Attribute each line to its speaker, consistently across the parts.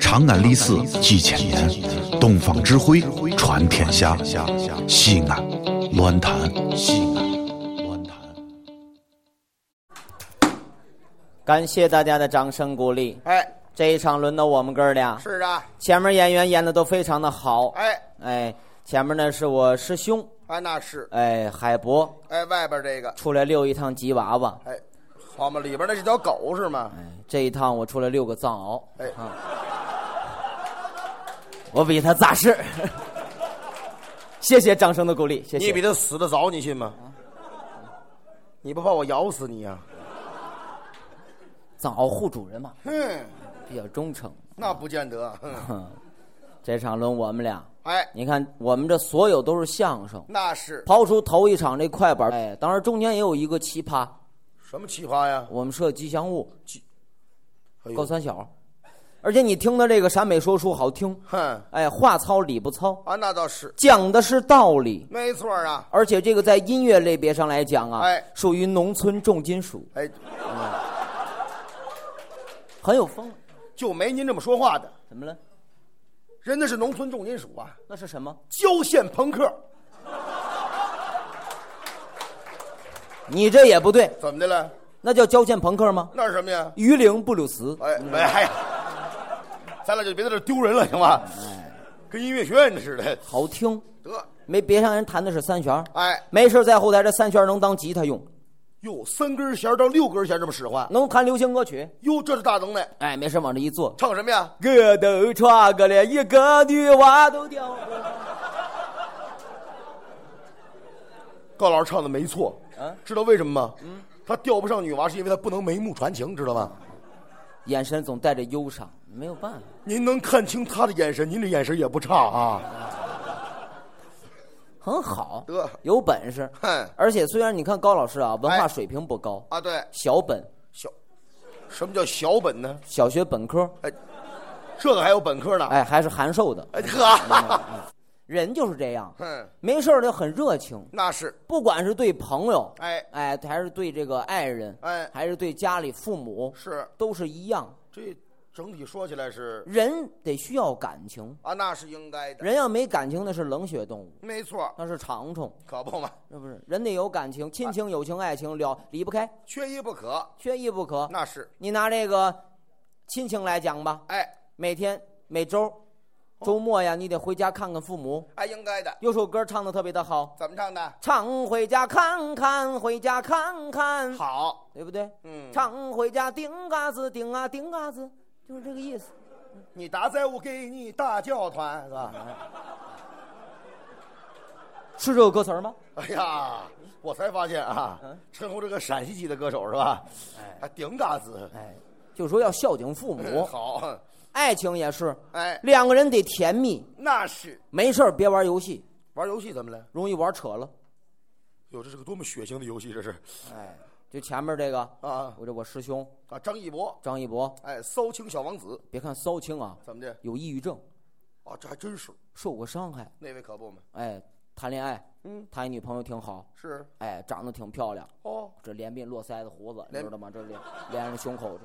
Speaker 1: 长安历史几千年，东方智慧传天下。西安，乱谈西安，乱谈。
Speaker 2: 感谢大家的掌声鼓励。
Speaker 3: 哎，
Speaker 2: 这一场轮到我们哥儿俩，
Speaker 3: 是啊，
Speaker 2: 前面演员演的都非常的好。
Speaker 3: 哎，
Speaker 2: 哎，前面呢是我师兄，
Speaker 3: 哎，那是，
Speaker 2: 哎，海博
Speaker 3: 哎，外边这个，
Speaker 2: 出来溜一趟吉娃娃，
Speaker 3: 哎，好嘛，里边那是条狗是吗？
Speaker 2: 哎，这一趟我出来溜个藏獒，
Speaker 3: 哎，
Speaker 2: 我比他扎实。 谢谢掌声的鼓励，谢谢。
Speaker 3: 你比他死的早，你信吗？你不怕我咬死你啊呀、
Speaker 2: 藏獒护主人嘛，
Speaker 3: 哼，
Speaker 2: 比较忠诚。
Speaker 3: 那不见得。哼
Speaker 2: 这场轮我们俩，
Speaker 3: 哎，
Speaker 2: 你看我们这所有都是相声，
Speaker 3: 那是
Speaker 2: 刨出头一场这快板，哎，当然中间也有一个奇葩，
Speaker 3: 什么奇葩呀？
Speaker 2: 我们设吉祥物，
Speaker 3: 哎呦
Speaker 2: 高，三小，而且你听他这个陕北说书好听，
Speaker 3: 哼，
Speaker 2: 哎，话糙理不糙，
Speaker 3: 啊，那倒是，
Speaker 2: 讲的是道理，
Speaker 3: 没错啊。
Speaker 2: 而且这个在音乐类别上来讲啊，
Speaker 3: 哎
Speaker 2: 属于农村重金属，
Speaker 3: 哎，
Speaker 2: 很有风味。
Speaker 3: 就没您这么说话的，
Speaker 2: 怎么了？
Speaker 3: 人家是农村重金属啊，
Speaker 2: 那是什么？
Speaker 3: 郊县朋克，
Speaker 2: 你这也不对，
Speaker 3: 怎么的了？
Speaker 2: 那叫交县朋克吗？
Speaker 3: 那是什么呀？
Speaker 2: 鱼鳞布鲁斯，
Speaker 3: 哎，哎，咱俩就别在这丢人了，行吧？跟音乐学院似的。
Speaker 2: 好听，
Speaker 3: 得，
Speaker 2: 没别让人弹的是三弦儿，
Speaker 3: 哎，
Speaker 2: 没事在后台这三弦儿能当吉他用，
Speaker 3: 哟，三根弦到六根弦这么使唤，
Speaker 2: 能弹流行歌曲，
Speaker 3: 哟，这是大能耐。
Speaker 2: 哎，没事往这一坐，
Speaker 3: 唱什么呀？
Speaker 2: 我都穿个了，一个女娃都掉了。
Speaker 3: 高老师唱的没错，知道为什么吗？他钓不上女娃是因为他不能眉目传情，知道吗？
Speaker 2: 眼神总带着忧伤，没有办法。
Speaker 3: 您能看清他的眼神，您这眼神也不差啊。
Speaker 2: 很好
Speaker 3: 得，
Speaker 2: 有本事
Speaker 3: 哼。
Speaker 2: 而且虽然你看高老师啊，文化
Speaker 3: 哎
Speaker 2: 水平不高，
Speaker 3: 啊，对，
Speaker 2: 小本
Speaker 3: 小，什么叫小本呢？
Speaker 2: 小学本科，
Speaker 3: 这个还有本科呢。
Speaker 2: 哎，还是函授的，
Speaker 3: 哎，呵，
Speaker 2: 人就是这样，
Speaker 3: 哼，
Speaker 2: 没事儿就很热情，
Speaker 3: 嗯那是，
Speaker 2: 不管是对朋友，
Speaker 3: 哎
Speaker 2: 哎，还是对这个爱人，
Speaker 3: 哎
Speaker 2: 还是对家里父母，
Speaker 3: 是
Speaker 2: 都是一样。
Speaker 3: 这整体说起来是
Speaker 2: 人得需要感情，
Speaker 3: 啊，那是应该的，
Speaker 2: 人要没感情那是冷血动物，
Speaker 3: 没错，
Speaker 2: 那是长虫，
Speaker 3: 可不嘛，
Speaker 2: 是不是？人得有感情，亲情、友情、爱情了离不开，
Speaker 3: 缺一不可，
Speaker 2: 缺一不可。
Speaker 3: 那是。
Speaker 2: 你拿这个亲情来讲吧，
Speaker 3: 哎，
Speaker 2: 每天每周周末呀，你得回家看看父母。
Speaker 3: 哎，应该的。
Speaker 2: 有首歌唱的特别的好，
Speaker 3: 怎么唱的？
Speaker 2: 常回家看看，回家看看，
Speaker 3: 好，
Speaker 2: 对不对？
Speaker 3: 嗯，
Speaker 2: 常回家顶嘎子，顶啊顶嘎子，就是这个意思。
Speaker 3: 你打在我给你大叫团是吧？
Speaker 2: 是这个歌词儿吗？
Speaker 3: 哎呀，我才发现啊，陈红这个陕西籍的歌手是吧？还顶嘎子，嗯
Speaker 2: 哎，就说要孝敬父母，
Speaker 3: 好，
Speaker 2: 爱情也是，
Speaker 3: 哎，
Speaker 2: 两个人得甜蜜，
Speaker 3: 那是
Speaker 2: 没事儿别玩游戏，
Speaker 3: 玩游戏怎么了？
Speaker 2: 容易玩扯了。
Speaker 3: 哟，这是个多么血腥的游戏，这是
Speaker 2: 哎，就前面这个
Speaker 3: 啊
Speaker 2: 我这我师兄
Speaker 3: 啊！张艺谋，
Speaker 2: 张一博，
Speaker 3: 哎，骚青小王子，
Speaker 2: 别看骚青啊，
Speaker 3: 怎么的？
Speaker 2: 有抑郁症，
Speaker 3: 啊，这还真是
Speaker 2: 受过伤害，
Speaker 3: 那位可不嘛？
Speaker 2: 哎，谈恋爱，
Speaker 3: 嗯，
Speaker 2: 谈一女朋友挺好，
Speaker 3: 是
Speaker 2: 哎，长得挺漂亮，
Speaker 3: 哦，
Speaker 2: 这连鬓络腮的胡子，你
Speaker 3: 连
Speaker 2: 知道吗？这连连着胸口这，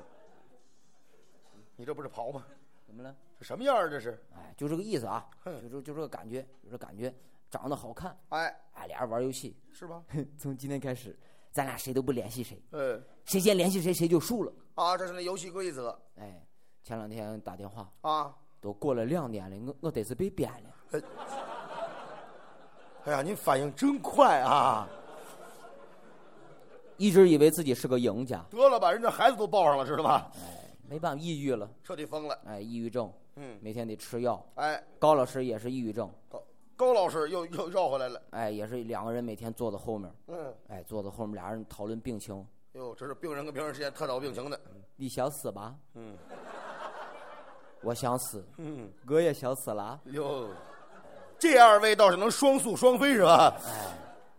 Speaker 3: 你这不是刨吗？
Speaker 2: 怎么了？
Speaker 3: 这什么样啊？这是？
Speaker 2: 哎，就这个意思啊，
Speaker 3: 哼
Speaker 2: 就这就这个感觉，就这感觉，长得好看，
Speaker 3: 哎，
Speaker 2: 哎，俩人玩游戏，
Speaker 3: 是吧？
Speaker 2: 从今天开始，咱俩谁都不联系谁，
Speaker 3: 嗯，
Speaker 2: 谁先联系谁谁就输了。
Speaker 3: 啊，这是那游戏规则
Speaker 2: 哎，前两天打电话，
Speaker 3: 啊。
Speaker 2: 都过了两年了，我我得是被编了。
Speaker 3: 哎呀，您反应真快啊！
Speaker 2: 一直以为自己是个赢家，
Speaker 3: 得了吧，人家孩子都抱上了，知道吧？
Speaker 2: 没办法，抑郁了，
Speaker 3: 彻底疯了。
Speaker 2: 哎，抑郁症，
Speaker 3: 嗯，
Speaker 2: 每天得吃药。
Speaker 3: 哎，
Speaker 2: 高老师也是抑郁症，
Speaker 3: 高高老师又又绕回来了。
Speaker 2: 哎，也是两个人每天坐在后面，
Speaker 3: 嗯，
Speaker 2: 哎，坐在后面俩人讨论病情。
Speaker 3: 哟，这是病人跟病人之间探讨病情的。
Speaker 2: 你想死吧？
Speaker 3: 嗯，
Speaker 2: 我想死，
Speaker 3: 嗯，
Speaker 2: 我也想死了。
Speaker 3: 哟，这二位倒是能双宿双飞是吧？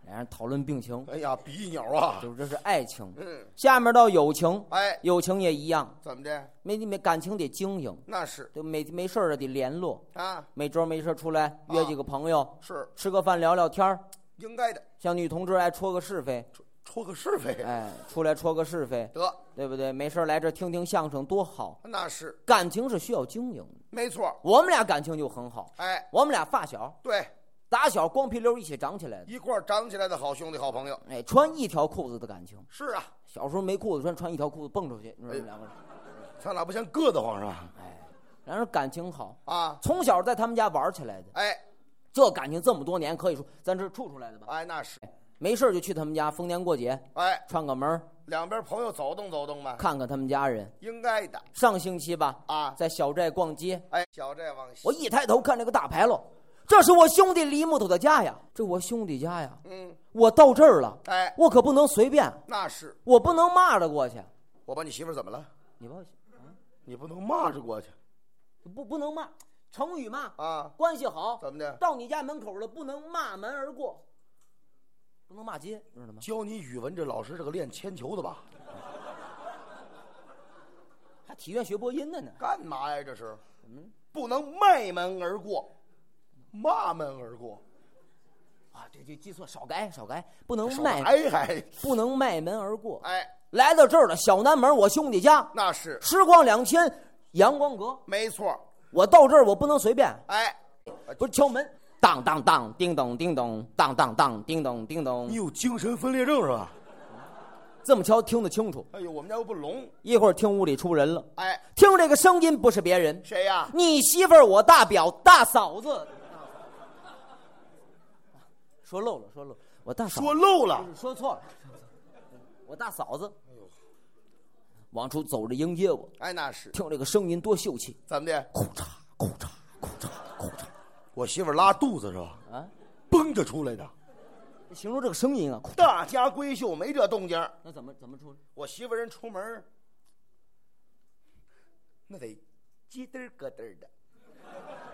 Speaker 2: 俩人讨论病情，
Speaker 3: 哎呀，比翼鸟啊！
Speaker 2: 就是这是爱情。
Speaker 3: 嗯，
Speaker 2: 下面到友情，
Speaker 3: 哎，
Speaker 2: 友情也一样，
Speaker 3: 怎么的？
Speaker 2: 没没感情得经营，
Speaker 3: 那是
Speaker 2: 就没没事儿啊得联络，
Speaker 3: 啊，
Speaker 2: 每周没事儿出来约几个朋友，
Speaker 3: 是
Speaker 2: 吃个饭聊聊天儿。
Speaker 3: 应该的。
Speaker 2: 像女同志爱戳个是非，
Speaker 3: 戳个是非，
Speaker 2: 哎，出来戳个是非，
Speaker 3: 得，
Speaker 2: 对不对？没事儿来这儿听听相声多好。
Speaker 3: 那是
Speaker 2: 感情是需要经营的，
Speaker 3: 没错儿。
Speaker 2: 我们俩感情就很好。
Speaker 3: 哎，
Speaker 2: 我们俩发小，
Speaker 3: 对，
Speaker 2: 打小光屁溜一起长起来的，
Speaker 3: 一块儿长起来的好兄弟、好朋友。
Speaker 2: 哎，穿一条裤子的感情。
Speaker 3: 是啊，
Speaker 2: 小时候没裤子穿，穿一条裤子蹦出去，你说
Speaker 3: 哎
Speaker 2: 你们
Speaker 3: 呦
Speaker 2: 两个人，
Speaker 3: 咱俩不嫌硌得慌是吧？
Speaker 2: 哎，然后感情好，
Speaker 3: 啊，
Speaker 2: 从小在他们家玩起来的，
Speaker 3: 哎，
Speaker 2: 这感情这么多年，可以说咱这处出来的吧。
Speaker 3: 哎，那是，
Speaker 2: 没事儿就去他们家，逢年过节
Speaker 3: 哎，
Speaker 2: 串个门儿，
Speaker 3: 两边朋友走动走动呗，
Speaker 2: 看看他们家人。
Speaker 3: 应该的
Speaker 2: 上星期吧，
Speaker 3: 啊。
Speaker 2: 在小寨逛街，
Speaker 3: 哎，小寨往西，
Speaker 2: 我一抬头看这个大牌楼，这是我兄弟李木头的家呀，这我兄弟家呀，
Speaker 3: 嗯，
Speaker 2: 我到这儿了，
Speaker 3: 哎，
Speaker 2: 我可不能随便，
Speaker 3: 那是。
Speaker 2: 我不能骂着过去。
Speaker 3: 我把你媳妇儿怎么了？
Speaker 2: 你不
Speaker 3: 你不能骂着过去
Speaker 2: 不不能骂，成语骂，
Speaker 3: 啊？
Speaker 2: 关系好，
Speaker 3: 怎么的？
Speaker 2: 到你家门口了，不能骂门而过，不能骂街，知道吗？
Speaker 3: 教你语文这老师是个练铅球的吧？
Speaker 2: 还体院学播音的呢，
Speaker 3: 干嘛呀？这是，
Speaker 2: 嗯
Speaker 3: 不能迈门而过，骂门而过，
Speaker 2: 啊，对对，记错，少改少改，不能
Speaker 3: 手
Speaker 2: 迈，
Speaker 3: 还还
Speaker 2: 不能迈门而过。
Speaker 3: 哎，
Speaker 2: 来到这儿了，小南门，我兄弟家，
Speaker 3: 那是
Speaker 2: 时光两千，阳光阁，
Speaker 3: 没错儿。
Speaker 2: 我到这儿我不能随便，
Speaker 3: 哎，
Speaker 2: 不是敲门，当当当，叮咚叮咚，当当当，叮咚叮
Speaker 3: 你
Speaker 2: 咚，
Speaker 3: 有精神分裂症是吧？
Speaker 2: 这么敲听得清楚。
Speaker 3: 哎呦，我们家又不聋。
Speaker 2: 一会儿听屋里出人了，
Speaker 3: 哎，
Speaker 2: 听这个声音不是别人，
Speaker 3: 谁呀、
Speaker 2: 你媳妇儿，我大表大嫂子。说漏了，说漏了，我大嫂
Speaker 3: 说漏了。
Speaker 2: 说错了，我大嫂子。往出走着迎接我，
Speaker 3: 哎，那是
Speaker 2: 听这个声音多秀气，
Speaker 3: 怎么的？
Speaker 2: 裤衩裤衩裤衩裤衩
Speaker 3: 我媳妇儿拉肚子是吧？
Speaker 2: 啊！
Speaker 3: 绷着出来的。
Speaker 2: 形容这个声音啊，裤
Speaker 3: 大家闺秀没这动静儿。
Speaker 2: 那怎么怎么出？
Speaker 3: 我媳妇儿人出门儿，那得叽嘚儿咯嘚儿的。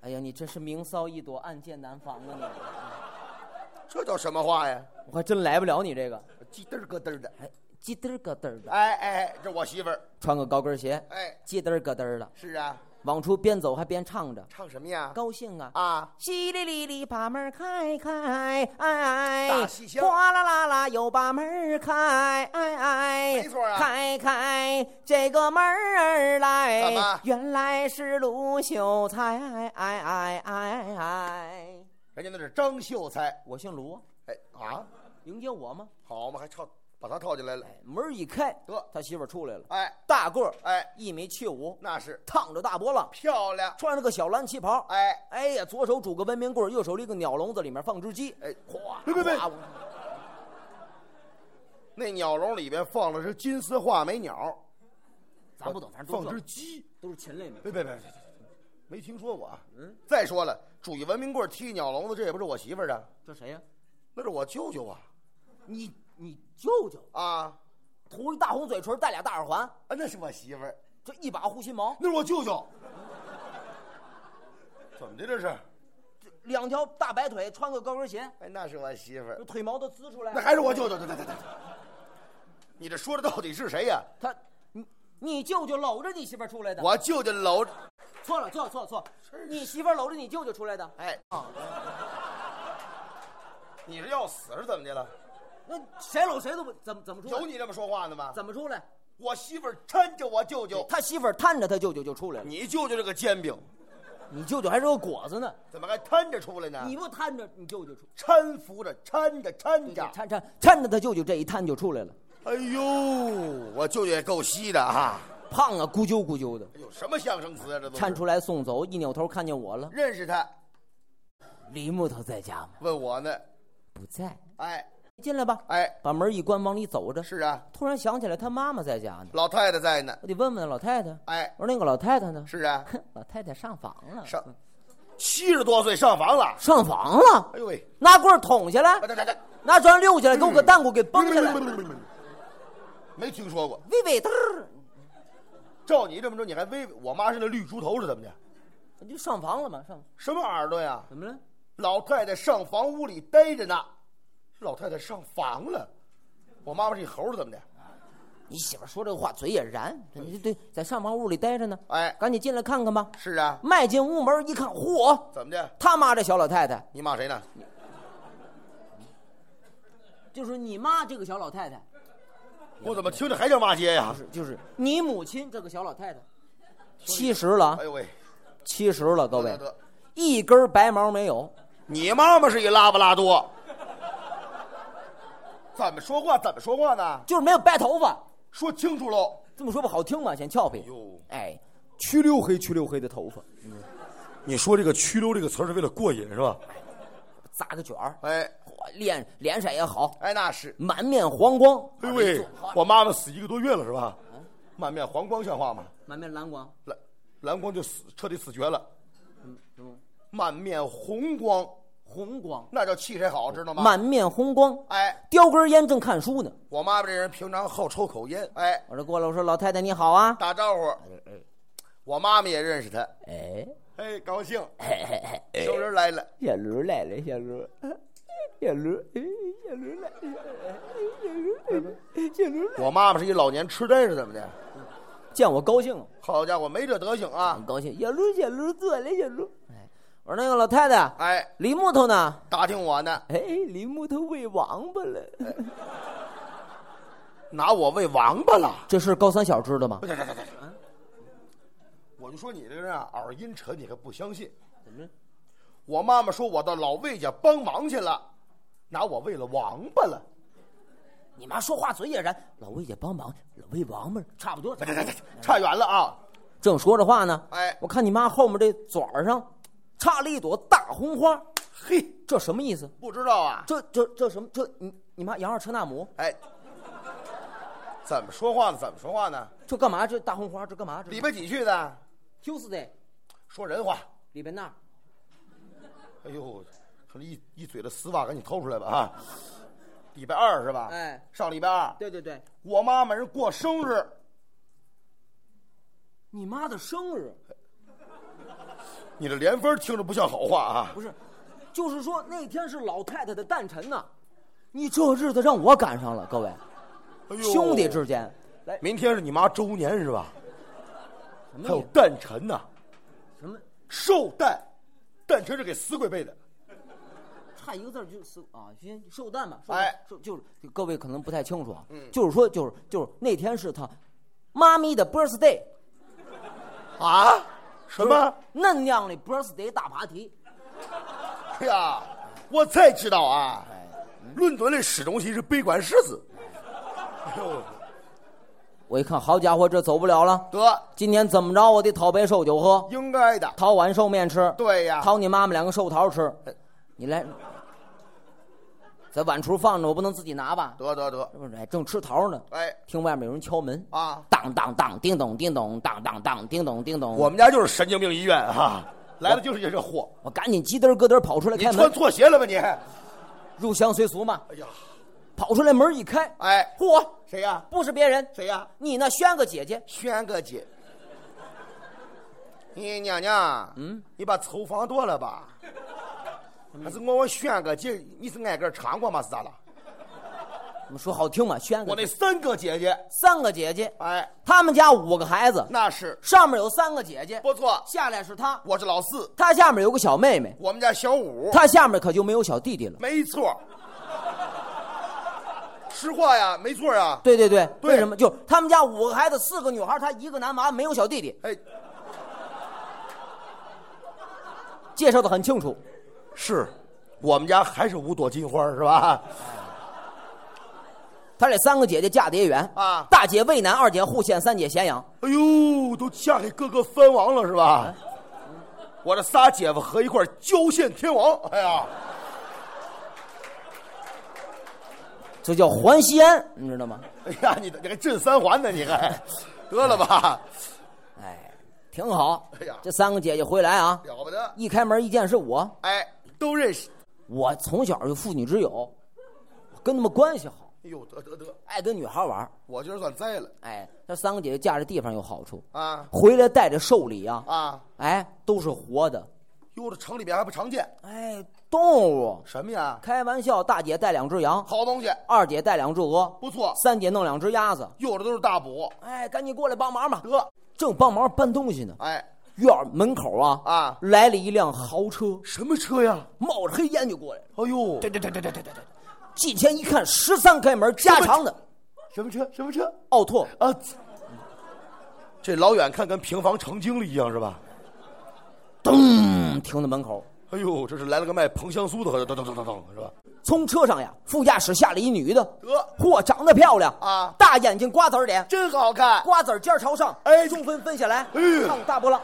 Speaker 2: 哎呀，你这是明骚易躲，暗箭难防啊！
Speaker 3: 这叫什么话呀？
Speaker 2: 你我还真来不了你这个，
Speaker 3: 叽嘚儿咯嘚儿的。
Speaker 2: 哎，叽嘚儿咯嘚儿的，
Speaker 3: 哎哎，这我媳妇儿。
Speaker 2: 穿个高跟鞋，
Speaker 3: 哎，
Speaker 2: 叽嘚儿咯嘚儿的，
Speaker 3: 是啊，
Speaker 2: 往出边走还边唱着，
Speaker 3: 唱什么呀？
Speaker 2: 高兴啊！
Speaker 3: 啊，
Speaker 2: 淅沥沥沥，把门儿开开，哎
Speaker 3: 大
Speaker 2: 哎
Speaker 3: 西，厢
Speaker 2: 哗啦啦啦，又把门儿开，哎哎，
Speaker 3: 没错啊
Speaker 2: 开开这个门儿来，
Speaker 3: 怎么
Speaker 2: 原来是卢秀才，哎哎哎哎，
Speaker 3: 人家那是张秀才。
Speaker 2: 我姓卢啊，
Speaker 3: 哎啊，
Speaker 2: 迎接我吗？
Speaker 3: 好嘛，还套把他套进来了。
Speaker 2: 门儿一开，
Speaker 3: 得
Speaker 2: 他媳妇儿出来了，
Speaker 3: 哎
Speaker 2: 大个儿，
Speaker 3: 哎，
Speaker 2: 一米七五，
Speaker 3: 那是
Speaker 2: 烫着大波浪，
Speaker 3: 漂亮。
Speaker 2: 穿着个小蓝旗袍，
Speaker 3: 哎，
Speaker 2: 哎呀，左手拄个文明棍儿，右手拎个鸟笼子，里面放只鸡，
Speaker 3: 哎
Speaker 2: 哗，
Speaker 3: 别别别
Speaker 2: 哗
Speaker 3: 那鸟笼里边放了只金丝画眉鸟，
Speaker 2: 咱不懂，反正都
Speaker 3: 放
Speaker 2: 是
Speaker 3: 只
Speaker 2: 这
Speaker 3: 鸡。
Speaker 2: 都是禽类嘛。
Speaker 3: 别别别，别没听说过啊。嗯。再说了，拄一文明棍儿踢鸟笼子，这也不是我媳妇儿的，
Speaker 2: 这谁呀、
Speaker 3: 那是我舅舅啊。
Speaker 2: 你你舅舅
Speaker 3: 啊，
Speaker 2: 涂一大红嘴唇，戴俩大耳环，
Speaker 3: 啊，那是我媳妇儿，
Speaker 2: 这一把护心毛，
Speaker 3: 那是我舅舅。怎么的这是？
Speaker 2: 两条大白腿，穿个高跟鞋，
Speaker 3: 哎，那是我媳妇儿
Speaker 2: 这，腿毛都滋出来
Speaker 3: 那
Speaker 2: 了。
Speaker 3: 还是我舅舅。对对对对。你这说的到底是谁呀？
Speaker 2: 他，你你舅舅搂着你媳妇儿出来的。
Speaker 3: 我舅舅搂着，
Speaker 2: 错了，错了错了错了，你媳妇儿搂着你舅舅出来的。
Speaker 3: 哎， 你是要死是怎么的了？
Speaker 2: 那谁搂谁都不怎么怎么出
Speaker 3: 有
Speaker 2: 来？
Speaker 3: 你这么说话的吗？
Speaker 2: 怎么出来？
Speaker 3: 我媳妇儿搀着我舅舅，
Speaker 2: 他媳妇儿摊着他舅舅就出来了，
Speaker 3: 你舅舅这个煎饼
Speaker 2: 你舅舅还是个果子呢，
Speaker 3: 怎么还摊着出来呢？
Speaker 2: 你不摊着啊你舅舅出，
Speaker 3: 搀扶着，搀着，搀着。
Speaker 2: 搀搀搀着他舅舅这一摊就出来了，
Speaker 3: 哎呦，我舅舅也够稀的啊！
Speaker 2: 胖啊咕啾咕啾的，
Speaker 3: 哎呦，什么相声词啊？这都
Speaker 2: 搀
Speaker 3: 是
Speaker 2: 出来送走，一扭头看见我了，
Speaker 3: 认识他，
Speaker 2: 李木头在家吗？
Speaker 3: 问我呢。
Speaker 2: 不在，
Speaker 3: 哎
Speaker 2: 进来吧。
Speaker 3: 哎，
Speaker 2: 把门一关，往里走着。
Speaker 3: 是啊，
Speaker 2: 突然想起来他妈妈在家呢，
Speaker 3: 老太太在呢。
Speaker 2: 我得问问老太太。
Speaker 3: 哎，
Speaker 2: 我说那个老太太呢？
Speaker 3: 是啊，
Speaker 2: 哼老太太上房了，
Speaker 3: 上七十多岁上房了。
Speaker 2: 上房了，
Speaker 3: 哎呦喂，
Speaker 2: 拿棍儿捅下来
Speaker 3: 哎，这这这，
Speaker 2: 拿砖溜下来，给我个蛋骨给崩下来，
Speaker 3: 没听说过。
Speaker 2: 喂喂嘚儿，
Speaker 3: 照你这么说，你还威我妈是那绿猪头是怎么的？
Speaker 2: 我就上房了嘛，上
Speaker 3: 什么耳朵呀？
Speaker 2: 怎么了？
Speaker 3: 老太太上房屋里待着呢，老太太上房了。我妈妈是一猴是怎么的？
Speaker 2: 你媳妇儿说这话嘴也燃，对对，在上房屋里待着呢，
Speaker 3: 哎，
Speaker 2: 赶紧进来看看吧。
Speaker 3: 是啊，
Speaker 2: 迈进屋门一看，嚯，
Speaker 3: 怎么的？
Speaker 2: 他妈这小老太太
Speaker 3: 你骂谁呢？
Speaker 2: 就是你妈这个小老太太，
Speaker 3: 我怎么听着还像骂街呀
Speaker 2: 不？是就是你母亲这个小老太太，七十了啊
Speaker 3: 哎，呦喂，
Speaker 2: 七十了，各位
Speaker 3: 得，得
Speaker 2: 一根白毛没有。
Speaker 3: 你妈妈是一拉布拉多，怎么说话怎么说话呢？
Speaker 2: 就是没有白头发。
Speaker 3: 说清楚喽。
Speaker 2: 这么说不好听嘛，显俏皮。
Speaker 3: 哟
Speaker 2: 哎，黢溜黑黢溜黑的头发，
Speaker 3: 你说这个“曲溜”这个词儿是为了过瘾是吧？
Speaker 2: 扎个卷儿，
Speaker 3: 哎
Speaker 2: 嚯脸脸色也好，
Speaker 3: 哎，那是。
Speaker 2: 满面黄光。
Speaker 3: 哎呦喂，
Speaker 2: 好
Speaker 3: 我妈妈死一个多月了是吧？嗯满面黄光像话吗？
Speaker 2: 满面蓝光，
Speaker 3: 蓝蓝光就死彻底死绝了，
Speaker 2: 嗯
Speaker 3: 满面红光
Speaker 2: 红光，
Speaker 3: 那叫气色好，知道吗？
Speaker 2: 满面红光。
Speaker 3: 哎，
Speaker 2: 叼根烟正看书呢。
Speaker 3: 我妈妈这人平常好抽口烟，哎，
Speaker 2: 我这过来，我说老太太你好啊。
Speaker 3: 打招呼，我妈妈也认识她，
Speaker 2: 哎，
Speaker 3: 哎，高兴，小人来了，
Speaker 2: 小卢来了，小卢，小卢，哎小卢来了，小卢，小卢来了。
Speaker 3: 我妈妈是一老年痴呆是怎么的？
Speaker 2: 见我高兴，
Speaker 3: 好家伙，没这德行啊
Speaker 2: 很！高兴。小卢，小卢，坐来，小卢。哎，我说那个老太太，
Speaker 3: 哎，
Speaker 2: 李木头呢？
Speaker 3: 打听我呢，
Speaker 2: 哎，李木头喂王八了。
Speaker 3: 拿我喂王八了。
Speaker 2: 这事高三小知道吗
Speaker 3: 不？是不是不是，嗯我就说你这人啊，耳阴沉，你还不相信？
Speaker 2: 怎么着？
Speaker 3: 我妈妈说我到老魏家帮忙去了，拿我喂了王八了。
Speaker 2: 你妈说话嘴也燃，老魏也帮忙，老魏王八差不多。
Speaker 3: 差远了啊！
Speaker 2: 正说着话呢，
Speaker 3: 哎
Speaker 2: 我看你妈后面这爪儿上插了一朵大红花，
Speaker 3: 嘿，
Speaker 2: 这什么意思？
Speaker 3: 不知道啊？
Speaker 2: 这这这什么？这你你妈杨二车纳姆？
Speaker 3: 哎，怎么说话呢？怎么说话呢？
Speaker 2: 这干嘛？这大红花这干嘛？这
Speaker 3: 礼拜几去的？
Speaker 2: Tuesday
Speaker 3: 说人话。
Speaker 2: 里边那儿
Speaker 3: 哎呦，可能一一嘴的丝袜，赶紧掏出来吧啊！礼拜二是吧？
Speaker 2: 哎
Speaker 3: 上礼拜二，
Speaker 2: 对对对，
Speaker 3: 我妈妈人过生日，
Speaker 2: 你妈的生日
Speaker 3: 你这连分听着不像好话啊！
Speaker 2: 不是，就是说那天是老太太的诞辰呐。你这日子让我赶上了，各位。
Speaker 3: 哎呦
Speaker 2: 兄弟之间，来
Speaker 3: 明天是你妈周年是吧？
Speaker 2: 什么
Speaker 3: 还有
Speaker 2: 你
Speaker 3: 诞辰呢、
Speaker 2: 什么，
Speaker 3: 寿诞，诞辰是给死鬼备的。
Speaker 2: 差一个字儿就是啊，先寿诞吧，寿
Speaker 3: 哎
Speaker 2: 诞，寿就是各位可能不太清楚啊，就是说就是就是那天是他妈咪的 birthday，
Speaker 3: 啊？什么？
Speaker 2: 嫩娘的 birthday 大爬题，
Speaker 3: 哎呀，我才知道啊！伦敦的市中心是北关十字。哎呦，
Speaker 2: 我一看，好家伙，这走不了了，
Speaker 3: 得
Speaker 2: 今年怎么着我得讨杯寿酒喝，
Speaker 3: 应该的。
Speaker 2: 讨碗寿面吃，
Speaker 3: 对呀
Speaker 2: 讨你妈妈两个寿桃吃，哎你来，在碗橱放着，我不能自己拿吧？
Speaker 3: 得得得，
Speaker 2: 是不是？哎，正吃桃呢，
Speaker 3: 哎
Speaker 2: 听外面有人敲门
Speaker 3: 啊
Speaker 2: 当当当，叮咚叮咚，当当当，叮咚叮咚。
Speaker 3: 我们家就是神经病医院啊，来了就是这货。
Speaker 2: 我赶紧急嘚咯嘚跑出来
Speaker 3: 你
Speaker 2: 开
Speaker 3: 穿
Speaker 2: 门，
Speaker 3: 错鞋了吧你？
Speaker 2: 入乡随俗嘛。
Speaker 3: 哎呀，
Speaker 2: 跑出来门一开，
Speaker 3: 哎，
Speaker 2: 嚯，
Speaker 3: 谁呀、
Speaker 2: 不是别人，
Speaker 3: 谁呀、
Speaker 2: 你那轩个姐姐，
Speaker 3: 轩哥姐。你哎娘娘，嗯，你把头放多了吧？还是我我轩哥姐，你是挨个尝过吗？是咋了？
Speaker 2: 我们说好听嘛，轩个
Speaker 3: 我那
Speaker 2: 姐
Speaker 3: 三个姐姐，
Speaker 2: 三个姐姐，
Speaker 3: 哎，
Speaker 2: 他们家五个孩子，
Speaker 3: 那是
Speaker 2: 上面有三个姐姐，
Speaker 3: 不错。
Speaker 2: 下来是她，
Speaker 3: 我是老四，
Speaker 2: 她下面有个小妹妹，
Speaker 3: 我们家小五，
Speaker 2: 她下面可就没有小弟弟了。
Speaker 3: 没错。实话呀，没错呀。
Speaker 2: 对对对，
Speaker 3: 对
Speaker 2: 为什么？就他们家五个孩子，四个女孩，她一个男娃，没有小弟弟，
Speaker 3: 哎，
Speaker 2: 介绍的很清楚。
Speaker 3: 是，我们家还是五朵金花是吧？
Speaker 2: 她这三个姐姐嫁得也远
Speaker 3: 啊
Speaker 2: 大姐渭南，二姐户县，三姐咸阳。
Speaker 3: 哎呦，都嫁给各个藩王了是吧？我这仨姐夫合一块儿交县天王，哎呀，
Speaker 2: 这叫环西安，你知道吗？
Speaker 3: 哎呀，你你还镇三环呢，你还得了吧，
Speaker 2: 哎，挺好。
Speaker 3: 哎呀
Speaker 2: 这三个姐姐回来啊，
Speaker 3: 了不得，
Speaker 2: 一开门一见是我，
Speaker 3: 哎，都认识，
Speaker 2: 我从小就妇女之友，我跟他们关系好，
Speaker 3: 哎呦，得得得，
Speaker 2: 爱跟女孩玩。
Speaker 3: 我今儿算栽了
Speaker 2: 哎，这三个姐姐嫁这地方有好处，
Speaker 3: 啊
Speaker 2: 回来带着寿礼啊，
Speaker 3: 啊！
Speaker 2: 哎，都是活的，
Speaker 3: 哟，这城里边还不常见
Speaker 2: 哎，动物。
Speaker 3: 什么呀？
Speaker 2: 开玩笑，大姐带两只羊，
Speaker 3: 好东西，
Speaker 2: 二姐带两只鹅，
Speaker 3: 不错，
Speaker 2: 三姐弄两只鸭子。
Speaker 3: 用的都是大补，
Speaker 2: 哎，赶紧过来帮忙吧！
Speaker 3: 得，
Speaker 2: 正帮忙搬东西呢，
Speaker 3: 哎，
Speaker 2: 院儿门口啊
Speaker 3: 啊
Speaker 2: 来了一辆豪车，
Speaker 3: 什么车呀？
Speaker 2: 冒着黑烟就过来了。
Speaker 3: 哎呦，
Speaker 2: 对对对对对对进前一看，十三开门加长的
Speaker 3: 什么车？什么车？
Speaker 2: 奥拓，
Speaker 3: 啊，这老远看跟平房成精了一样是吧？
Speaker 2: 噔
Speaker 3: 嗯
Speaker 2: 嗯停在门口。
Speaker 3: 哎呦，这是来了个卖膨香酥的，好像噔噔噔噔噔是吧？
Speaker 2: 从车上呀，副驾驶下来一女的，
Speaker 3: 得
Speaker 2: 嚯，长得漂亮
Speaker 3: 啊
Speaker 2: 大眼睛，瓜子儿脸，
Speaker 3: 真好看！
Speaker 2: 瓜子儿尖儿朝上，
Speaker 3: 哎
Speaker 2: 中分分下来，
Speaker 3: 哎
Speaker 2: 上大波浪，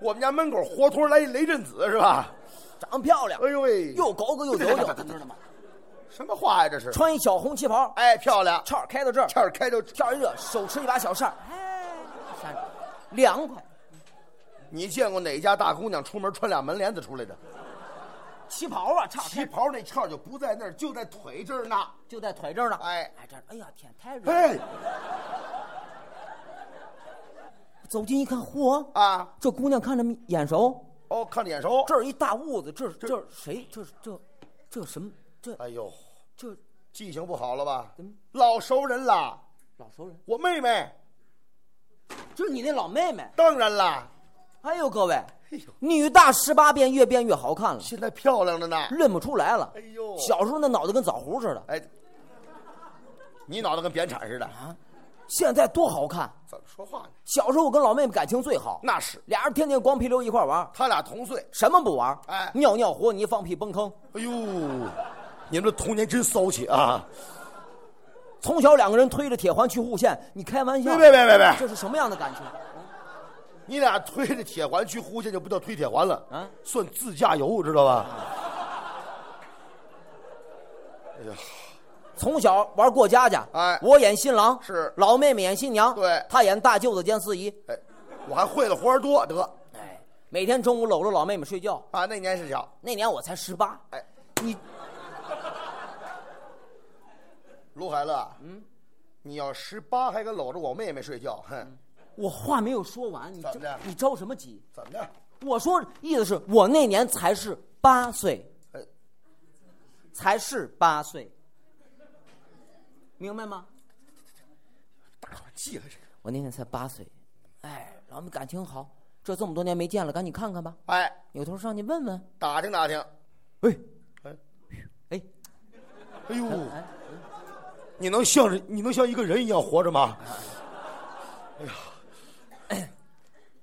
Speaker 3: 我们家门口活脱来一雷震子是吧？
Speaker 2: 长得漂亮，
Speaker 3: 哎呦喂，
Speaker 2: 又高个又
Speaker 3: 等
Speaker 2: 扭
Speaker 3: 等
Speaker 2: 扭，
Speaker 3: 等等什么话呀这是？
Speaker 2: 穿一小红旗袍，
Speaker 3: 哎，漂亮，
Speaker 2: 叉儿开到这儿，
Speaker 3: 这儿开就
Speaker 2: 天一热，手持一把小扇儿，哎，扇着凉快，
Speaker 3: 你见过哪家大姑娘出门穿俩门帘子出来的？
Speaker 2: 旗袍啊，叉儿
Speaker 3: 旗
Speaker 2: 开
Speaker 3: 袍那挎就不在那儿，就在腿这儿呢。
Speaker 2: 就在腿这儿呢，
Speaker 3: 哎
Speaker 2: 哎这儿，哎呀天太热了，
Speaker 3: 哎
Speaker 2: 走近一看，嚯，
Speaker 3: 啊，
Speaker 2: 这姑娘看着眼熟，
Speaker 3: 哦，看着眼熟。
Speaker 2: 这儿一大痦子，这这这谁？这这这什么？这
Speaker 3: 哎呦，
Speaker 2: 这
Speaker 3: 记性不好了吧？
Speaker 2: 嗯
Speaker 3: 老熟人啦，
Speaker 2: 老熟人，
Speaker 3: 我妹妹，
Speaker 2: 就是你那老妹妹。
Speaker 3: 当然啦，
Speaker 2: 哎呦，各位，
Speaker 3: 哎呦
Speaker 2: 女大十八变，越变越好看了，
Speaker 3: 现在漂亮着呢。
Speaker 2: 认不出来了。
Speaker 3: 哎呦
Speaker 2: 小时候那脑袋跟枣核似的，
Speaker 3: 哎，你脑袋跟扁铲似的，
Speaker 2: 现在多好看！
Speaker 3: 怎么说话呢？
Speaker 2: 小时候我跟老妹妹感情最好，
Speaker 3: 那是
Speaker 2: 俩人天天光屁溜一块玩，
Speaker 3: 他俩同岁。
Speaker 2: 什么不玩？
Speaker 3: 哎
Speaker 2: 尿尿和泥，放屁崩坑。
Speaker 3: 哎呦，你们这童年真骚气啊！
Speaker 2: 从小两个人推着铁环去户县，你开玩笑？
Speaker 3: 别别别别别
Speaker 2: 这是什么样的感情？
Speaker 3: 你俩推着铁环去呼县就不叫推铁环了，
Speaker 2: 啊
Speaker 3: 算自驾游，知道吧？
Speaker 2: 从小玩过家家，
Speaker 3: 哎
Speaker 2: 我演新郎，
Speaker 3: 是
Speaker 2: 老妹妹演新娘，
Speaker 3: 对
Speaker 2: 她演大舅子兼四姨，
Speaker 3: 哎，我还会了活儿多得
Speaker 2: 哎，每天中午搂着老妹妹睡觉。
Speaker 3: 啊！那年是小，
Speaker 2: 那年我才十八，
Speaker 3: 哎，
Speaker 2: 你
Speaker 3: 卢海乐，嗯，你要十八还敢搂着我妹妹睡觉，哼，
Speaker 2: 我话没有说完，你
Speaker 3: 怎
Speaker 2: 着
Speaker 3: 么的
Speaker 2: 你着什么急？
Speaker 3: 怎么着？
Speaker 2: 我说意思是我那年才是八岁，
Speaker 3: 哎，
Speaker 2: 才是八岁，明白吗？
Speaker 3: 大伙儿记着这个。
Speaker 2: 我那年才八岁，哎，老妹感情好，这这么多年没见了，赶紧看看吧，
Speaker 3: 哎，
Speaker 2: 扭头上去问问。
Speaker 3: 打听打听。
Speaker 2: 哎，
Speaker 3: 哎，
Speaker 2: 哎，
Speaker 3: 哎呦，
Speaker 2: 哎
Speaker 3: 你能像是你能像一个人一样活着吗？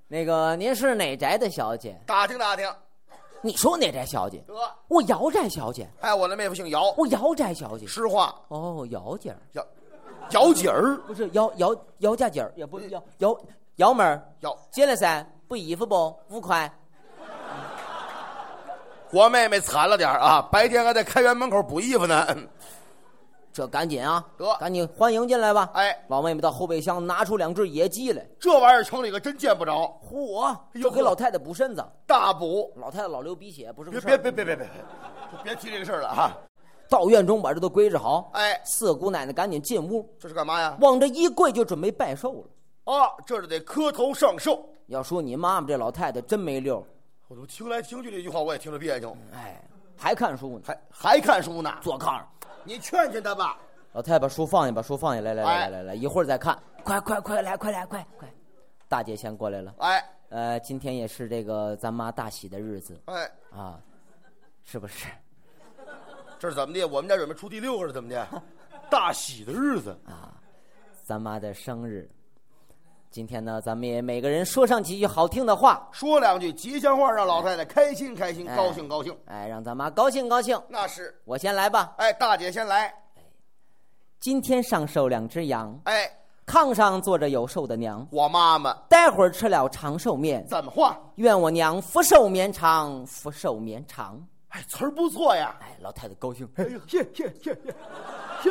Speaker 2: 那个您是哪宅的小姐？
Speaker 3: 打听打听。
Speaker 2: 你说哪宅小姐？
Speaker 3: 得，
Speaker 2: 我姚寨小姐，
Speaker 3: 哎，我那妹夫姓姚，
Speaker 2: 我姚寨小姐。
Speaker 3: 实话，
Speaker 2: 哦，姚姐儿
Speaker 3: 姚，姚姐儿，
Speaker 2: 不是姚姚姚家姐儿，也不是姚姚姚门儿。
Speaker 3: 呃姚，
Speaker 2: 进来噻，不衣服不？五块。
Speaker 3: 我妹妹惨了点儿啊，白天还在开元门口补衣服呢。嗯
Speaker 2: 这赶紧啊，
Speaker 3: 得
Speaker 2: 赶紧欢迎进来吧。
Speaker 3: 哎，
Speaker 2: 老妹妹到后备箱拿出两只野鸡来，
Speaker 3: 这玩意儿城里可真见不着，
Speaker 2: 嚯，
Speaker 3: 哎呦
Speaker 2: 就给老太太补身子，
Speaker 3: 大补。
Speaker 2: 老太太老流鼻血，不是个
Speaker 3: 别
Speaker 2: 事儿
Speaker 3: 别别别别别，就别提这个事儿了啊！
Speaker 2: 到院中把这都归置好。
Speaker 3: 哎
Speaker 2: 四姑奶奶赶紧进屋，
Speaker 3: 这是干嘛呀？
Speaker 2: 往这一跪就准备拜寿了。
Speaker 3: 啊，这是得磕头上寿。
Speaker 2: 要说你妈妈这老太太真没溜儿，
Speaker 3: 我都听来听去这句话，我也听着别扭，
Speaker 2: 哎，还看书呢，
Speaker 3: 还嗯还看书呢。
Speaker 2: 坐炕上。
Speaker 3: 你劝劝他吧。
Speaker 2: 老太太哦把书放下，把书放下，来来来来
Speaker 3: 哎
Speaker 2: 来来，一会儿再看。快快快来快来快快！大姐先过来了。
Speaker 3: 哎
Speaker 2: 呃，今天也是这个咱妈大喜的日子
Speaker 3: 哎，
Speaker 2: 啊，是不是？
Speaker 3: 这是怎么的？我们家准备出第六个了，怎么 的？大喜的日子，
Speaker 2: 咱妈的生日，今天呢，咱们也每个人说上几句好听的话，
Speaker 3: 说两句吉祥话，让老太太开心开心，
Speaker 2: 哎
Speaker 3: 高兴高兴。
Speaker 2: 哎，让咱妈高兴高兴。
Speaker 3: 那是。
Speaker 2: 我先来吧。
Speaker 3: 哎，大姐先来。
Speaker 2: 今天上寿两只羊，
Speaker 3: 哎，
Speaker 2: 炕上坐着有寿的娘，
Speaker 3: 我妈妈
Speaker 2: 待会儿吃了长寿面，
Speaker 3: 怎么话？
Speaker 2: 愿我娘福寿绵长，福寿绵长。
Speaker 3: 哎，词儿不错呀。
Speaker 2: 哎，老太太高兴。
Speaker 3: 哎呦，谢谢谢谢谢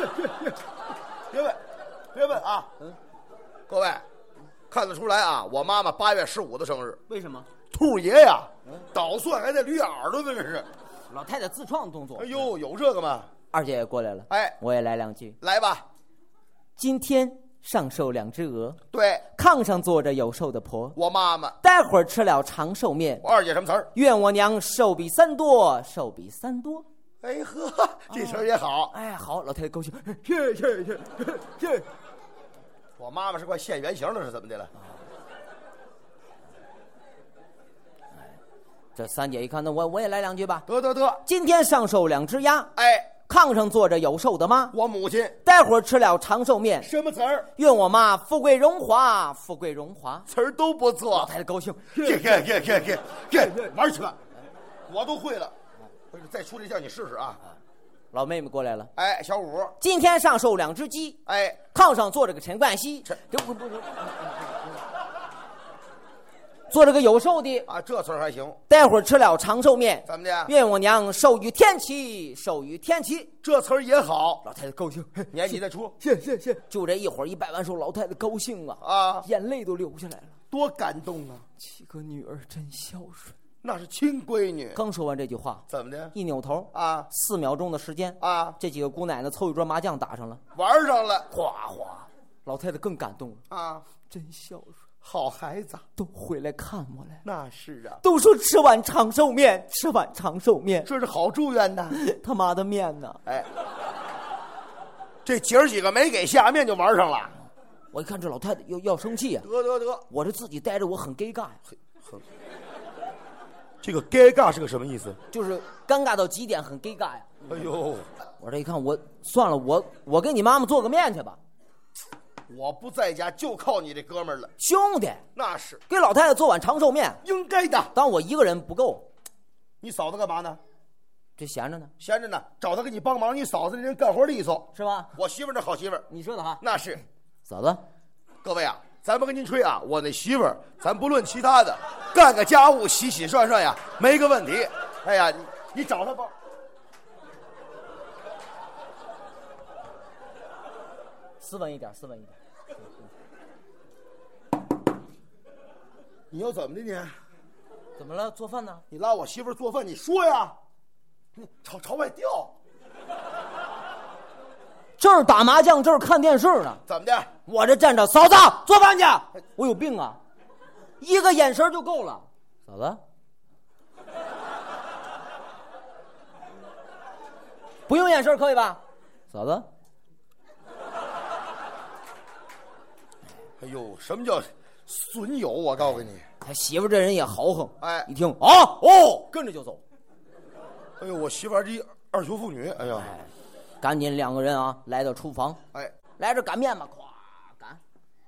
Speaker 3: 谢谢，别问，别问啊！各位看得出来啊，我妈妈八月十五的生日，
Speaker 2: 为什么？
Speaker 3: 兔爷呀，捣蒜还在驴耳朵呢，这是。
Speaker 2: 老太太自创动作
Speaker 3: 哎。呦，有这个吗？
Speaker 2: 二姐也过来了。
Speaker 3: 哎
Speaker 2: 我也来两句。
Speaker 3: 来吧，
Speaker 2: 今天上寿两只鹅，
Speaker 3: 对
Speaker 2: 炕上坐着有寿的婆，
Speaker 3: 我妈妈，
Speaker 2: 待会儿吃了长寿面，
Speaker 3: 我二姐什么词儿？
Speaker 2: 愿我娘寿比三多，寿比三多。
Speaker 3: 哎呵， 这词儿也好。
Speaker 2: 哎，好，老太太高兴。
Speaker 3: 谢谢谢谢。我妈妈是快现原形了，是怎么的了？
Speaker 2: 这三姐一看，那我我也来两句吧。
Speaker 3: 得得得，
Speaker 2: 今天上寿两只鸭，
Speaker 3: 哎，
Speaker 2: 炕上坐着有寿的妈，
Speaker 3: 我母亲
Speaker 2: 待会儿吃了长寿面，
Speaker 3: 什么词儿
Speaker 2: 愿我妈富贵荣华，富贵荣华。
Speaker 3: 词儿都不错
Speaker 2: 老，太太高兴，
Speaker 3: 给给给给给给玩去吧，我都会了。不是，再出这叫你试试啊！
Speaker 2: 老妹妹过来了，
Speaker 3: 哎，小五，
Speaker 2: 今天上寿两只鸡，
Speaker 3: 哎，
Speaker 2: 炕上坐着个陈冠希，
Speaker 3: 陈
Speaker 2: 这不不不，坐着个有寿的，
Speaker 3: 啊，这词儿还行，
Speaker 2: 待会儿吃了长寿面，
Speaker 3: 怎么的
Speaker 2: 愿我娘寿与天齐，寿与天齐。
Speaker 3: 这词儿也好，
Speaker 2: 老太太高兴，嘿
Speaker 3: 年底再出
Speaker 4: 谢谢谢，
Speaker 2: 就这一会儿一拜完寿，老太太高兴啊，
Speaker 3: 啊，
Speaker 2: 眼泪都流下来了。
Speaker 3: 多感动啊！
Speaker 2: 七个女儿真孝顺。
Speaker 3: 那是亲闺女，
Speaker 2: 刚说完这句话，
Speaker 3: 怎么的
Speaker 2: 一扭头，
Speaker 3: 啊
Speaker 2: 四秒钟的时间，
Speaker 3: 啊？
Speaker 2: 这几个姑奶奶凑一桌麻将打上了，
Speaker 3: 玩上了，哗哗
Speaker 2: 老太太更感动了，
Speaker 3: 啊！
Speaker 2: 真孝顺，
Speaker 3: 好孩子，
Speaker 2: 都回来看我来了。
Speaker 3: 那是啊，
Speaker 2: 都说吃碗长寿面，吃碗长寿面，
Speaker 3: 这是好祝愿呐。
Speaker 2: 他妈的面呢？
Speaker 3: 哎，这姐儿几个没给下面就玩上了，
Speaker 2: 我一看这老太太要要生气呀、啊
Speaker 3: 得得得，
Speaker 2: 我这自己待着我很尴尬呀、
Speaker 3: 这个尴尬是个什么意思？
Speaker 2: 就是尴尬到极点，很尴尬呀、
Speaker 3: 哎呦，
Speaker 2: 我这一看，我算了，我我给你妈妈做个面去吧，
Speaker 3: 我不在家就靠你这哥们儿了，
Speaker 2: 兄弟，
Speaker 3: 那是
Speaker 2: 给老太太做碗长寿面。
Speaker 3: 应该的。
Speaker 2: 当我一个人不够，
Speaker 3: 你嫂子干嘛呢？
Speaker 2: 这闲着呢，
Speaker 3: 闲着呢，找他给你帮忙。你嫂子这人干活利索，
Speaker 2: 是吧？
Speaker 3: 我媳妇儿这好媳妇儿，
Speaker 2: 你说的哈，
Speaker 3: 那是。
Speaker 2: 嫂子，
Speaker 3: 各位啊，咱不跟您吹啊，我那媳妇儿，咱不论其他的，干个家务、洗洗涮涮呀，没个问题。哎呀，你你找他帮。
Speaker 2: 斯文一点，斯文一点。
Speaker 3: 你要怎么的你？
Speaker 2: 怎么了？做饭呢？
Speaker 3: 你拉我媳妇儿做饭，你说呀，你朝朝外调，
Speaker 2: 这儿打麻将，这儿看电视呢。
Speaker 3: 怎么的？
Speaker 2: 我这站着，嫂子做饭去。我有病啊！一个眼神就够了。嫂子，不用眼神可以吧？嫂子，
Speaker 3: 哎呦，什么叫损友？我告诉你，
Speaker 2: 他哎媳妇这人也豪横。
Speaker 3: 哎
Speaker 2: 一听啊哦，跟着就走。
Speaker 3: 哎呦，我媳妇儿这二球妇女，哎呀，
Speaker 2: 赶紧两个人啊，来到厨房，
Speaker 3: 哎，
Speaker 2: 来这擀面吧，咵擀。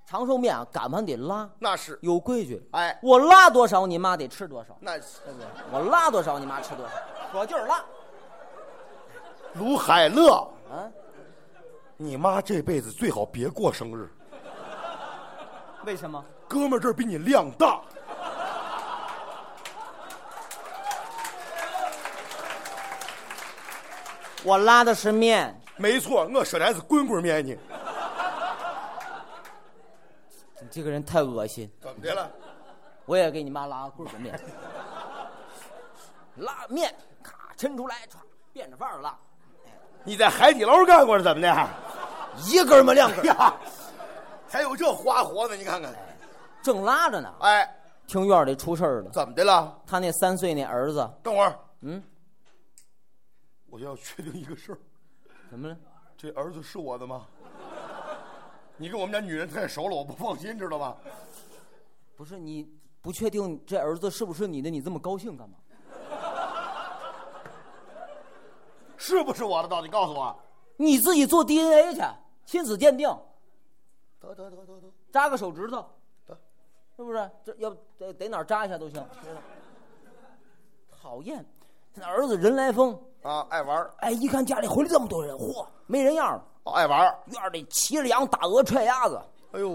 Speaker 2: 长寿面啊，擀完得拉，
Speaker 3: 那是，
Speaker 2: 有规矩。
Speaker 3: 哎
Speaker 2: 我拉多少，你妈得吃多少。
Speaker 3: 那是
Speaker 2: 我拉多少，你妈吃多少。我就是拉。
Speaker 3: 卢海乐，
Speaker 2: 啊，
Speaker 3: 你妈这辈子最好别过生日，
Speaker 2: 为什么？
Speaker 3: 哥们儿这儿比你量大。
Speaker 2: 我拉的是面，
Speaker 3: 没错，我说的还是棍棍面呢。
Speaker 2: 你这个人太恶心。
Speaker 3: 怎么的了？
Speaker 2: 我也给你妈拉棍儿的面， 拉面，咔抻出来，歘，变着法儿拉，
Speaker 3: 你在海底捞干过是怎么的？
Speaker 2: 一根儿嘛两根儿，
Speaker 3: 哎呀，还有这花活呢，你看看。
Speaker 2: 正拉着呢，
Speaker 3: 哎，
Speaker 2: 听院儿里出事儿了。
Speaker 3: 怎么的了？
Speaker 2: 他那三岁那儿子
Speaker 3: 等会儿，
Speaker 2: 嗯，
Speaker 3: 我要确定一个事儿，
Speaker 2: 怎么了？
Speaker 3: 这儿子是我的吗？你跟我们家女人太熟了，我不放心，知道吗？
Speaker 2: 不是你不确定这儿子是不是你的，你这么高兴干嘛？
Speaker 3: 是不是我的？到底告诉我。
Speaker 2: 你自己做 DNA 去，亲子鉴定，
Speaker 3: 得得得得得
Speaker 2: 扎个手指头，
Speaker 3: 得，
Speaker 2: 是不是？这要得得哪儿扎一下都行。讨厌，那儿子人来疯，
Speaker 3: 啊，爱玩儿，
Speaker 2: 哎，一看家里回来这么多人，嚯，没人样了。
Speaker 3: 啊爱玩儿。
Speaker 2: 院里骑着羊打鹅踹鸭子，
Speaker 3: 哎呦，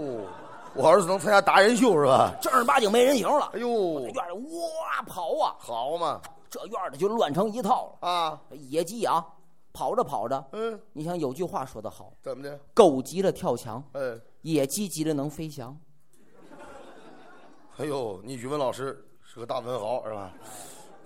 Speaker 3: 我儿子能参加达人秀是吧？
Speaker 2: 正儿八经没人形了。
Speaker 3: 哎呦，
Speaker 2: 院里哇跑啊，
Speaker 3: 好嘛
Speaker 2: 这院里就乱成一套了。
Speaker 3: 啊，
Speaker 2: 野鸡啊，跑着跑着，
Speaker 3: 嗯，
Speaker 2: 你想有句话说得好，
Speaker 3: 怎么的？
Speaker 2: 狗急了跳墙，
Speaker 3: 哎，
Speaker 2: 野鸡急了能飞翔。
Speaker 3: 哎呦，你语文老师是个大文豪是吧？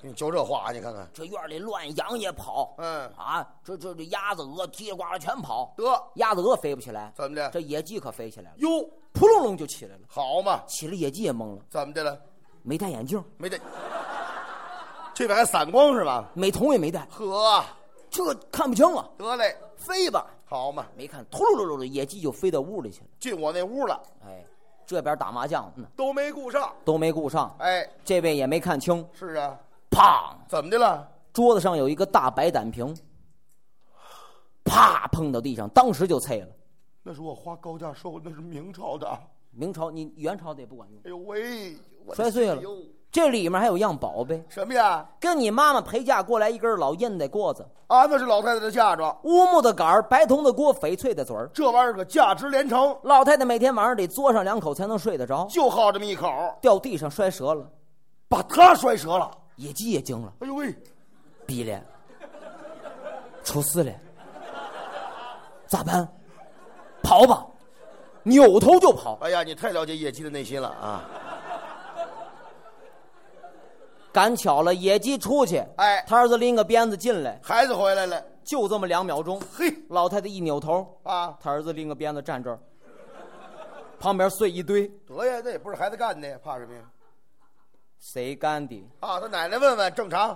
Speaker 3: 给你教这话，你看看，
Speaker 2: 这院里乱羊也跑，
Speaker 3: 嗯
Speaker 2: 啊，这这这鸭子鹅叽里呱啦全跑，
Speaker 3: 得
Speaker 2: 鸭子鹅飞不起来，
Speaker 3: 怎么的
Speaker 2: 这野鸡可飞起来了，
Speaker 3: 哟，
Speaker 2: 扑隆隆就起来了。
Speaker 3: 好嘛，
Speaker 2: 起了野鸡也懵了，
Speaker 3: 怎么的了？
Speaker 2: 没戴眼镜，
Speaker 3: 没得，这边还散光是吧？
Speaker 2: 美瞳也没戴，
Speaker 3: 呵，啊
Speaker 2: 这看不清了，
Speaker 3: 得嘞，
Speaker 2: 飞吧。
Speaker 3: 好嘛，
Speaker 2: 没看，秃噜噜噜的野鸡就飞到屋里去了。
Speaker 3: 进我那屋了，
Speaker 2: 哎，这边打麻将呢、嗯
Speaker 3: 都没顾上。
Speaker 2: 都没顾上，
Speaker 3: 哎，
Speaker 2: 这位也没看清，
Speaker 3: 是啊，
Speaker 2: 砰！
Speaker 3: 怎么的了？
Speaker 2: 桌子上有一个大白胆瓶，啪碰到地上，当时就碎了。
Speaker 3: 那是我花高价收，那是明朝的。
Speaker 2: 明朝你元朝的也不管用，
Speaker 3: 哎呦喂，我的
Speaker 2: 摔碎了
Speaker 3: 哎呦。
Speaker 2: 这里面还有样宝贝，
Speaker 3: 什么呀？
Speaker 2: 跟你妈妈陪嫁过来一根老烟袋锅子，
Speaker 3: 啊，那是老太太的嫁妆，
Speaker 2: 乌木的杆儿，白铜的锅，翡翠的嘴儿。
Speaker 3: 这玩意儿可价值连城，
Speaker 2: 老太太每天晚上得嘬上两口才能睡得着，
Speaker 3: 就好这么一口，
Speaker 2: 掉地上摔折了，
Speaker 3: 把它摔折了。
Speaker 2: 野鸡也惊了，
Speaker 3: 哎呦喂，
Speaker 2: 逼脸，出事了，咋办？跑吧，扭头就跑，
Speaker 3: 哎呀，你太了解野鸡的内心了啊！
Speaker 2: 赶巧了，野鸡出去，
Speaker 3: 哎
Speaker 2: 他儿子拎个鞭子进来，
Speaker 3: 孩子回来了，
Speaker 2: 就这么两秒钟，
Speaker 3: 嘿
Speaker 2: 老太太一扭头，
Speaker 3: 啊，
Speaker 2: 他儿子拎个鞭子站这儿，旁边碎一堆，
Speaker 3: 得呀，那也不是孩子干的呀，怕什么呀？
Speaker 2: 谁干的？
Speaker 3: 啊，他奶奶问问，正常。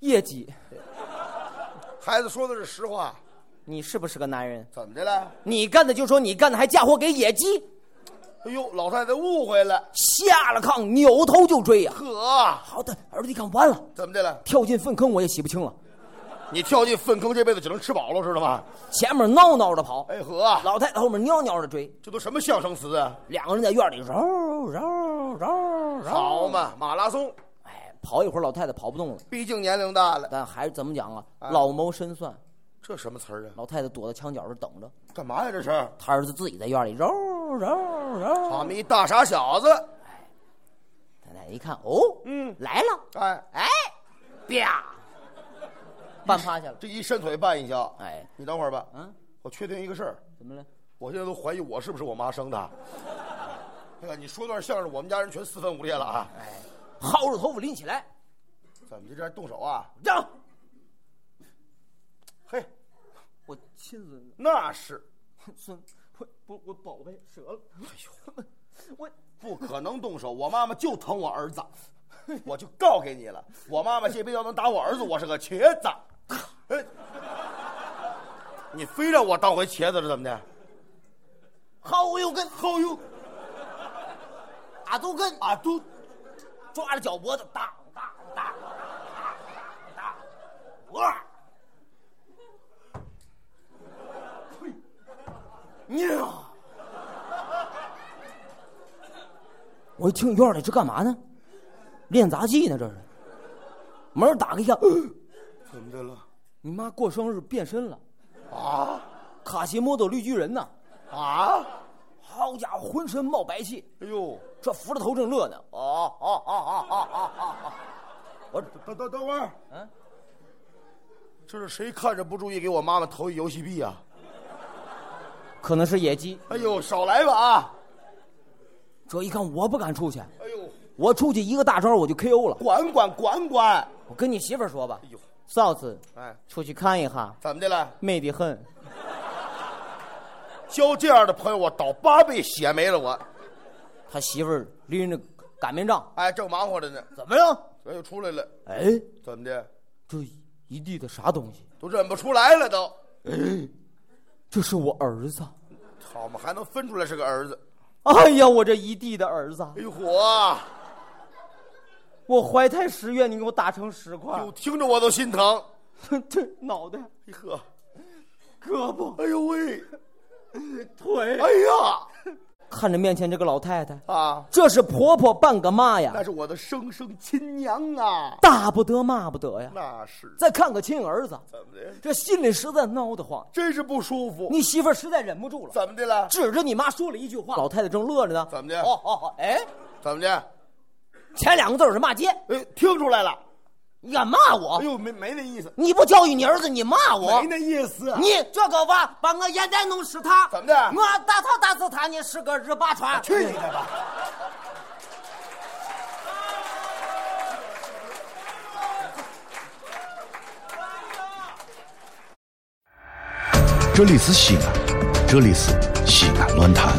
Speaker 2: 野鸡，
Speaker 3: 孩子说的是实话，
Speaker 2: 你是不是个男人？
Speaker 3: 怎么的了？
Speaker 2: 你干的就说你干的，还嫁祸给野鸡，
Speaker 3: 哎呦，老太太误会了，
Speaker 2: 下了炕扭头就追呀、
Speaker 3: 呵，
Speaker 2: 好的，儿子一看完了，
Speaker 3: 怎么的了？
Speaker 2: 跳进粪坑我也洗不清了，
Speaker 3: 你跳进粪坑，这辈子只能吃饱了，知道吗？
Speaker 2: 前面闹闹的跑，
Speaker 3: 哎呵，
Speaker 2: 老太太后面蔫蔫的追，
Speaker 3: 这都什么相声词啊？
Speaker 2: 两个人在院里绕绕绕绕，
Speaker 3: 好嘛，马拉松，
Speaker 2: 哎，跑一会儿老太太跑不动了，
Speaker 3: 毕竟年龄大了，
Speaker 2: 但还是怎么讲啊？老谋深算，
Speaker 3: 这什么词儿啊？
Speaker 2: 老太太躲在墙角这等着，
Speaker 3: 干嘛呀？这是？
Speaker 2: 他儿子自己在院里绕绕绕，
Speaker 3: 他们一大傻小子，
Speaker 2: 太太一看，哦，嗯，来了，
Speaker 3: 哎，
Speaker 2: 哎，啪， 半趴下了，
Speaker 3: 这一伸腿绊一跤。
Speaker 2: 哎，
Speaker 3: 你等会儿吧，
Speaker 2: 嗯，
Speaker 3: 我确定一个事儿，
Speaker 2: 怎么了？
Speaker 3: 我现在都怀疑我是不是我妈生的。 那个，你说段相声，我们家人全四分五裂了啊！
Speaker 2: 薅着头发拎起来，
Speaker 3: 怎么就这样动手啊？
Speaker 2: 让
Speaker 3: 嘿，
Speaker 2: 我亲孙子。
Speaker 3: 那是
Speaker 2: 孙， 我我我宝贝折了，哎呦，我
Speaker 3: 不可能动手，我妈妈就疼我儿子，我就告给你了。我妈妈这边要能打我儿子，我是个茄子。哎，你非让我当回茄子是怎么的？
Speaker 2: 薅油根
Speaker 3: 好哟，
Speaker 2: 打足跟，
Speaker 3: 啊都，
Speaker 2: 抓着脚脖子，当当当当当，哇！呀！我一听院里这干嘛呢？练杂技呢这是。门打开一看，
Speaker 3: 怎么的了？
Speaker 2: 你妈过生日变身了，
Speaker 3: 啊
Speaker 2: 卡西莫多绿巨人呐！
Speaker 3: 啊！
Speaker 2: 好家伙，浑身冒白气，
Speaker 3: 哎呦，
Speaker 2: 这扶着头正乐呢。哦哦哦哦哦哦哦哦！
Speaker 3: 等等等会儿，
Speaker 2: 嗯，
Speaker 3: 这是谁看着不注意给我妈妈投一游戏币啊？
Speaker 2: 可能是野鸡。
Speaker 3: 哎呦，少来吧啊！
Speaker 2: 这一看，我不敢出去，
Speaker 3: 哎呦，
Speaker 2: 我出去一个大招我就 KO 了。
Speaker 3: 管管管管！
Speaker 2: 我跟你媳妇儿说吧
Speaker 3: 哎，呦，
Speaker 2: 嫂子，
Speaker 3: 哎，
Speaker 2: 出去看一下，
Speaker 3: 怎么的了？
Speaker 2: 美得很。
Speaker 3: 交这样的朋友，我倒八辈血霉了我。
Speaker 2: 他媳妇儿拎着擀面杖，
Speaker 3: 哎，正忙活着呢，
Speaker 2: 怎么样？
Speaker 3: 哎呦出来了，
Speaker 2: 哎，
Speaker 3: 怎么的？
Speaker 2: 这一地的啥东西？
Speaker 3: 都认不出来了都。
Speaker 2: 这是我儿子。
Speaker 3: 好嘛，还能分出来是个儿子？
Speaker 2: 哎呀，我这一地的儿子，
Speaker 3: 哎呦火！
Speaker 2: 我怀胎十月，你给我打成十块
Speaker 3: 哟，，听着我都心疼。
Speaker 2: 这脑袋、
Speaker 3: 哎呵，
Speaker 2: 胳膊、
Speaker 3: 哎呦喂，
Speaker 2: 腿，
Speaker 3: 哎呀
Speaker 2: 看着面前这个老太太，
Speaker 3: 啊，
Speaker 2: 这是婆婆半个妈呀
Speaker 3: 那，是我的生生亲娘啊！
Speaker 2: 大不得骂不得呀。
Speaker 3: 那是
Speaker 2: 再看看亲儿子，
Speaker 3: 怎么的？
Speaker 2: 这心里实在挠得慌。
Speaker 3: 真是不舒服。
Speaker 2: 你媳妇儿实在忍不住了，
Speaker 3: 怎么的了？
Speaker 2: 指着你妈说了一句话。老太太正乐着呢，
Speaker 3: 怎么的
Speaker 2: 哦哦哦，哎，
Speaker 3: 怎么的？
Speaker 2: 前两个字儿是骂街，
Speaker 3: 哎，听出来了。
Speaker 2: 你敢骂我
Speaker 3: 哎？呦，没没那意思，
Speaker 2: 你不教育你儿子，你骂我
Speaker 3: 没？那意思。
Speaker 2: 你这个娃把我眼袋弄湿他，
Speaker 3: 怎么的
Speaker 2: 我打他打死他，你是个日八川。
Speaker 3: 去你的吧！
Speaker 1: 这里是西安，这里是西安乱坛。